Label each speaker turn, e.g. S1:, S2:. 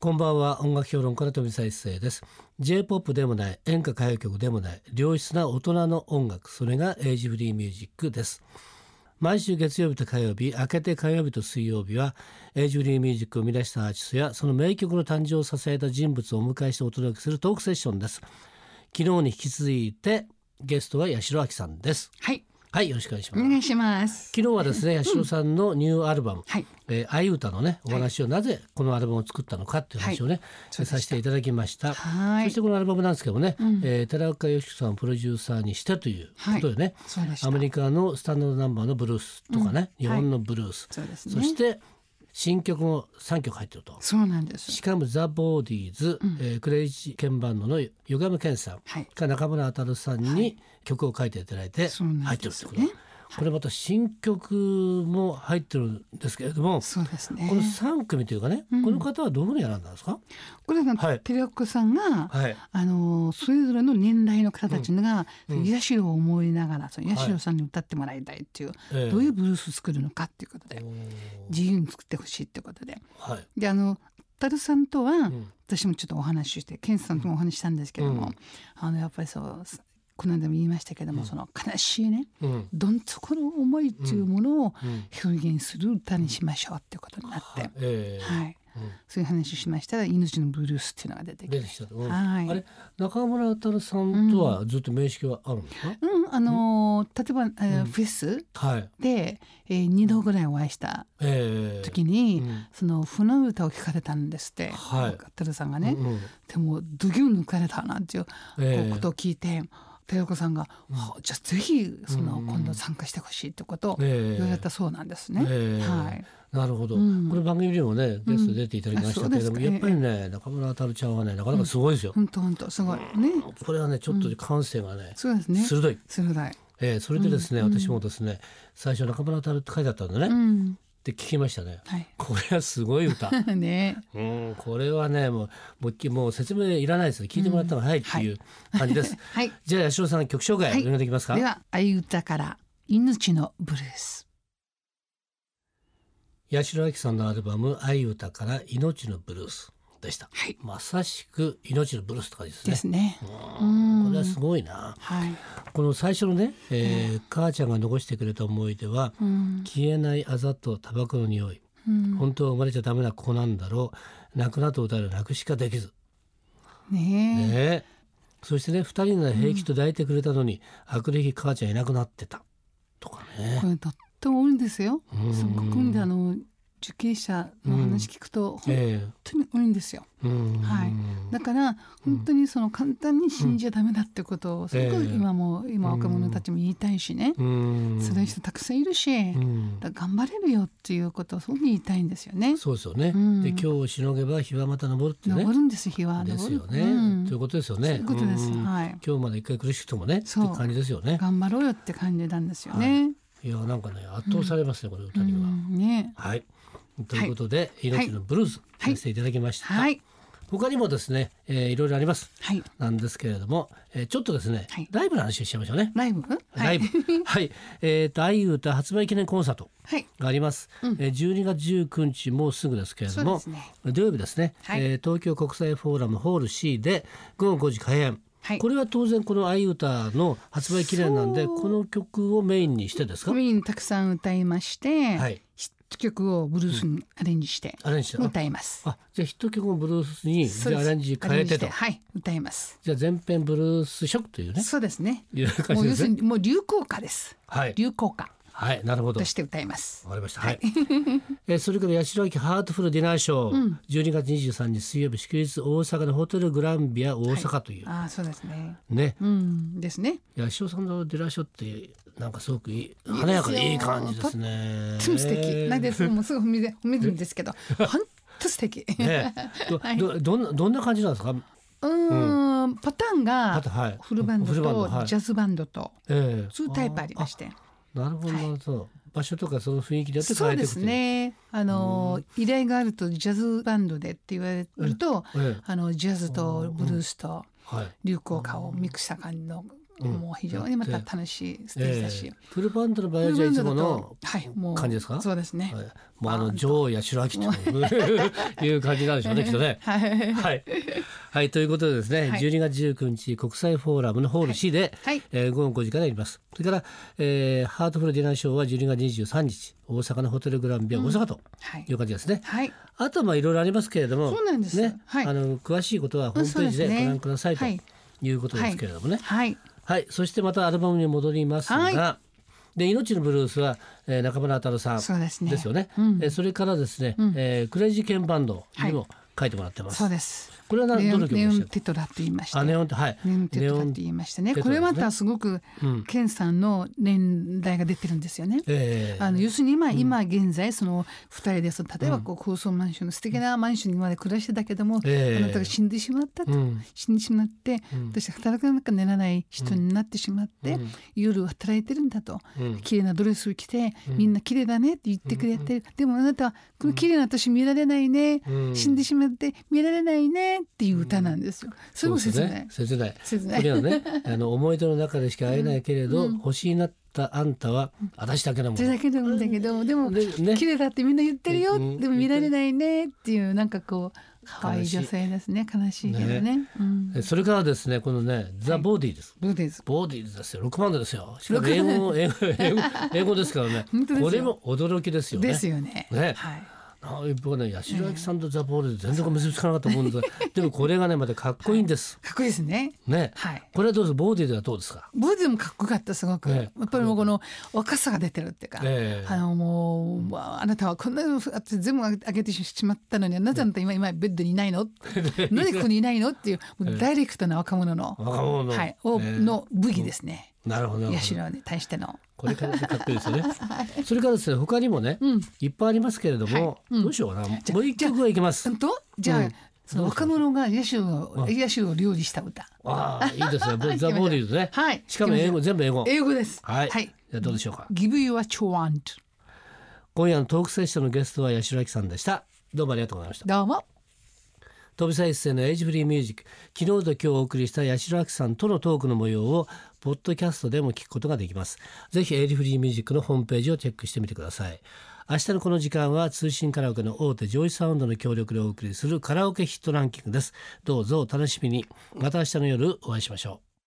S1: こんばんは音楽評論家の富澤一世です J-POP でもない演歌歌謡曲でもない良質な大人の音楽それがエイジフリーミュージックです毎週月曜日と火曜日明けて火曜日と水曜日はエイジフリーミュージックを生み出したアーティストやその名曲の誕生を支えた人物をお迎えしてお届けするトークセッションです昨日に引き続いてゲストは八代亜紀さんです
S2: はい、
S1: はいよろしくお願いし
S2: お
S1: ます
S2: 願いします。
S1: 昨日はですね、八代さんのニューアルバム、
S2: はい、
S1: えー、愛歌のね、お話をなぜこのアルバムを作ったのかっていう話をね、させていただきました。
S2: は
S1: そ
S2: い
S1: して、このアルバムなんですけどもね、えー寺岡義樹さんをプロデューサーにしたということでね、
S2: そうでした
S1: アメリカのスタンダードナンバーのブルースとかね、日本のブルース、
S2: そうですね
S1: そして新曲も3曲入ってると。
S2: そうなんです
S1: し。かもザ・ボーディーズ、えークレイジーケンバンドのヨガムケンさん
S2: はい
S1: が中村渉さんに曲を書いていただいて
S2: そうな
S1: 入っ
S2: ん
S1: てる
S2: で
S1: っ
S2: す
S1: てこ
S2: よね
S1: と、これまた新曲も入ってるんですけれども、
S2: そうですね
S1: こ。の3組というかね、この方はどういうふうに選んだんですか、
S2: これが
S1: はい
S2: テレコさんが、
S1: はい
S2: あのそれぞれの年代の方たちが、ヤシロを思いながらそのヤシロさんに歌ってもらいたいっていう、
S1: ええ
S2: どういうブルースを作るのかっていうことで、自由に作ってほしいっていうことで。
S1: はい
S2: であのタルさんとは、私もちょっとお話ししてケンさんともお話ししたんですけども、あのやっぱりそうすこの間も言いましたけども、その悲しいね、
S1: うん
S2: どん底の思いっていうものを
S1: うん
S2: 表現する歌にしましょうっていうことになって、はい
S1: えー
S2: そういう話をしましたら「命のブルース」っていうのが出てきて
S1: 出てきたと、うん
S2: はい
S1: あれ中村渉さんとはずっと面識はあるんですか、
S2: うんあのー例えば、えーフェス
S1: はい、
S2: で、えー、2度ぐらいお会いした
S1: えー、
S2: 時に、
S1: うん
S2: その船歌を聞かれたんですって、
S1: はい
S2: タルさんがね。
S1: うんうん
S2: でもドギュン抜かれたなっていうこ
S1: ええ
S2: うことを聞いて、寺子さんが、はあじゃあぜひその今度参加してほしいってことを
S1: ええ
S2: 言われたそうなんですね。
S1: ええ
S2: はい。
S1: なるほど、
S2: うん
S1: この番組にもねゲストで出ていただきましたけれども、
S2: うんあそうですか
S1: やっぱりね中村あたるちゃんはねなかなかすごいですよ、
S2: 本当本当すごいね。
S1: これはねちょっと感性がね、
S2: そうですね。
S1: 鋭い、
S2: 鋭い。
S1: えーそれでですね、私もですね最初中村あたるって書いてあったんでね、
S2: う
S1: っ
S2: ん。
S1: て聞きましたね、
S2: はい。
S1: これはすごい歌
S2: ね。
S1: うんこれはねもうもう一回もう説明いらないです聞いてもらったらはいっていう感じ です、
S2: はい。
S1: じゃあ八代さん曲紹介
S2: はい
S1: お願いできますか、
S2: では愛歌から命のブルース。
S1: 八代亜紀さんのアルバム「愛歌」から「命のブルース」でした
S2: はい。
S1: まさしく「命のブルース」って感じですね
S2: ですね。
S1: うんこれはすごいな
S2: はい。
S1: この最初のね、えー母ちゃんが残してくれた思い出は
S2: うん。
S1: 消えないあざとタバコの匂い
S2: うん
S1: 本当は生まれちゃダメな子なんだろう泣くなと歌う泣くしかできず
S2: ねえ。
S1: ねえそしてね2人なら平気と抱いてくれたのに、悪歴母ちゃんいなくなってたとかね
S2: これとっても多いんですよ。
S1: うん
S2: すごく多いんであの受刑者の話聞くと本
S1: え
S2: 当に多いんですよ。
S1: えうん
S2: はいだから本当にその簡単に死んじゃダメだってことをすご
S1: え
S2: く
S1: え
S2: 今も今若者たちも言いたいしね
S1: うん
S2: 辛い人たくさんいるし
S1: うん
S2: だから頑張れるよっていうことをすごく言いたいんですよね。
S1: そうですよね、
S2: うん
S1: で今日をしのげば日はまた昇るってね
S2: 登るんです日は
S1: ですよね、
S2: うん
S1: ということですよ
S2: そう
S1: ね
S2: いうことです、
S1: うん
S2: はい
S1: 今日まで一回苦しくてもねって
S2: そう
S1: 感じですよね
S2: 頑張ろうよって感じなんですよね。
S1: いやなんかね圧倒されますね、この歌には、
S2: うんね
S1: はいということで、命のブルース
S2: は
S1: さ
S2: い
S1: せていただきました、
S2: はい
S1: 他にもですね、えー、いろいろあります
S2: はい
S1: なんですけれども、えー、ちょっとですね、
S2: はい
S1: ライブの話をしちゃいましょうね。
S2: ライブはい
S1: ライブ、はい、えっ、と、愛歌発売記念コンサート
S2: はい
S1: があります。えー12月19日もうすぐですけれども、
S2: そうですね
S1: 土曜日ですね、
S2: はい
S1: えー東京国際フォーラムホール C で午後5時開演。
S2: はい
S1: これは当然この愛歌の発売記念なんで、
S2: そう
S1: この曲をメインにしてですか
S2: コ。ミにたくさん歌いまして、
S1: はい
S2: ヒット曲をブルースにアレンジして
S1: アレンジして
S2: 歌います。
S1: あ、じゃあヒット曲もブルースに、
S2: そ
S1: じ
S2: う
S1: ゃあア
S2: です
S1: レンジ変えてと
S2: アレンジし。はい歌います
S1: じゃあ全編ブルース色というね、
S2: そうですね
S1: いう感
S2: も
S1: じで
S2: う要す
S1: す
S2: る
S1: ね。
S2: にもう流行歌です
S1: はい、
S2: 流行歌
S1: はい、なるほど
S2: と。して歌います
S1: わかりました。はい。 えーそれから八代亜紀ハートフルディナーショー、12月23日水曜日祝日大阪のホテルグランビア大阪という、
S2: ああそうですね
S1: ね、
S2: うんですね
S1: 八代さんのディナーショーってなんかすごくいい華やかでいい感じですね。
S2: とても素敵なんですもうすぐ褒めて褒めるん ですけど本当素敵
S1: ね、どどどんなどんな感じなんですか。
S2: うーんパターン
S1: あ
S2: が
S1: とはい。
S2: フルバンド
S1: フル
S2: と
S1: はい
S2: ジャズバンドと
S1: ええ
S2: そういうタイプありまして
S1: あなるほどなるほど。場所とかその雰囲気でやって
S2: そ
S1: 変え
S2: う
S1: てい
S2: で
S1: くと
S2: す
S1: いう。
S2: ねあの依頼があるとジャズバンドでって言われると
S1: ええ
S2: あのジャズとブルースと
S1: はい。
S2: 流行歌をミックスした感じの
S1: うん
S2: もう非常にまた楽しいステージだし、
S1: ええフルバンドの場合
S2: フ
S1: は
S2: ル
S1: じゃあ
S2: バ
S1: いつも
S2: ンドだ
S1: の
S2: と、はい、もう
S1: 感じですか
S2: そうですね。
S1: はい、もうあの女王や白秋と いういう感じなんでしょうねきっとね。
S2: はい、
S1: はい、はい、ということでですね、
S2: はい
S1: 12月19日国際フォーラムのホール C で、
S2: はい
S1: えー午後5時からやりますそれから、えーハートフルディナーショーは12月23日大阪のホテルグランビア大阪と
S2: はい
S1: いう感じですね、
S2: はい、
S1: あとはまあいろいろありますけれども
S2: そうなんです
S1: ね
S2: はい
S1: あの詳しいことはホームページで
S2: う
S1: ご
S2: んそうですね
S1: 覧くださいと
S2: はい
S1: いうことですけれどもね、
S2: はい、
S1: はい、そしてまたアルバムに戻りますが、
S2: は
S1: で命のブルースは、えー中村太郎さん
S2: そうですね
S1: ですよね。えーそれからですね、えークレイジーケンバンドにも書いてもらってます。
S2: そうです。
S1: これはな
S2: ネ
S1: ど
S2: オ
S1: の
S2: ン
S1: 曲
S2: ネ
S1: で
S2: オ
S1: し
S2: ン
S1: たっけ？
S2: テトラって言いました。
S1: あネ
S2: ネ
S1: オンってはい。
S2: オンテトラって
S1: ネ
S2: 言いましたね。
S1: ネオンテト
S2: こ
S1: ラですね
S2: れまたすごく
S1: ん
S2: ケンさんの年代が出てるんですよね。
S1: えー
S2: あの要するに今,、今現在その二人でその例えばこう高層マンションの素敵なマンションにまで暮らしてたけども、
S1: ええ
S2: あなたが死んでしまったと、
S1: うん
S2: 死んでしまって、私は働かなきゃならない人になってしまって、夜働いてるんだと、
S1: うん
S2: 綺麗なドレスを着て、みんな綺麗だねって言ってくれてる、でもあなたはこの綺麗な私見られないね、
S1: うん
S2: 死んでしまって見られないねっていう歌なんですよ。それも切ない。
S1: そうですね切
S2: 切
S1: な。
S2: ないい
S1: これはね、あの思い出の中でしか会えないけれど、星になったあんたは私だけだも
S2: それ
S1: の。
S2: だけなんだけど、でも、
S1: でね
S2: 綺麗だってみんな言ってるよ、
S1: うん
S2: でも見られないねっていうなんかこう可愛い女性ですね悲しいけどねうん、
S1: えそれからですね、このね、ザボディです。
S2: どうです
S1: ボーディーズですよ、ロックバンドですよ。しかも英語、英語、英 語、英語ですからね
S2: 本当。ですよ
S1: これも驚きですよね。
S2: ですよね
S1: ね
S2: はい、
S1: あ僕はね、八代亜紀さんとザボーディーズ全然結びつかなかったもんですが、 でもこれがね、またかっこいいんです。
S2: かっこいいですね
S1: ね。
S2: はい
S1: これはどうです、ボーディーズはどうですか。
S2: ボディもかっこよかったすごく、
S1: ね
S2: やっぱりもうこの若さが出てるっていうか、
S1: ええ
S2: あのもう、まああなたはこんなの私全部あげてしまったのになぜあなた今今ベッドにいな いのなぜここにいないのっていうもうダイレクトな若者の、
S1: 若者の。
S2: はい、を
S1: ね
S2: の武器ですね、
S1: なるほど。なる
S2: ヤ
S1: ほ
S2: シ
S1: ど
S2: ロに対しての。
S1: これからかっこいいです よね。それからですね、他にもね、いっぱいありますけれども、どうしようかな。も
S2: じゃ
S1: う一曲はいきます
S2: 本。当じゃあ、
S1: うん
S2: その若者が野手を野手を料理した歌。
S1: ああ、いいですね。ボ
S2: はい
S1: ザボーディーズね。
S2: はい
S1: しかも英語、全部英語。
S2: 英語です。
S1: はい。じゃあどうでしょうか。
S2: Give you what you want。
S1: 今夜のトークセッションのゲストは八代亜紀さんでしたどうもありがとうございました
S2: どうも。
S1: 飛び再生のエイジフリーミュージック昨日と今日お送りした八代亜紀さんとのトークの模様をポッドキャストでも聞くことができますぜひエイジフリーミュージックのホームページをチェックしてみてください明日のこの時間は通信カラオケの大手ジョイサウンドの協力でお送りするカラオケヒットランキングですどうぞお楽しみにまた明日の夜お会いしましょう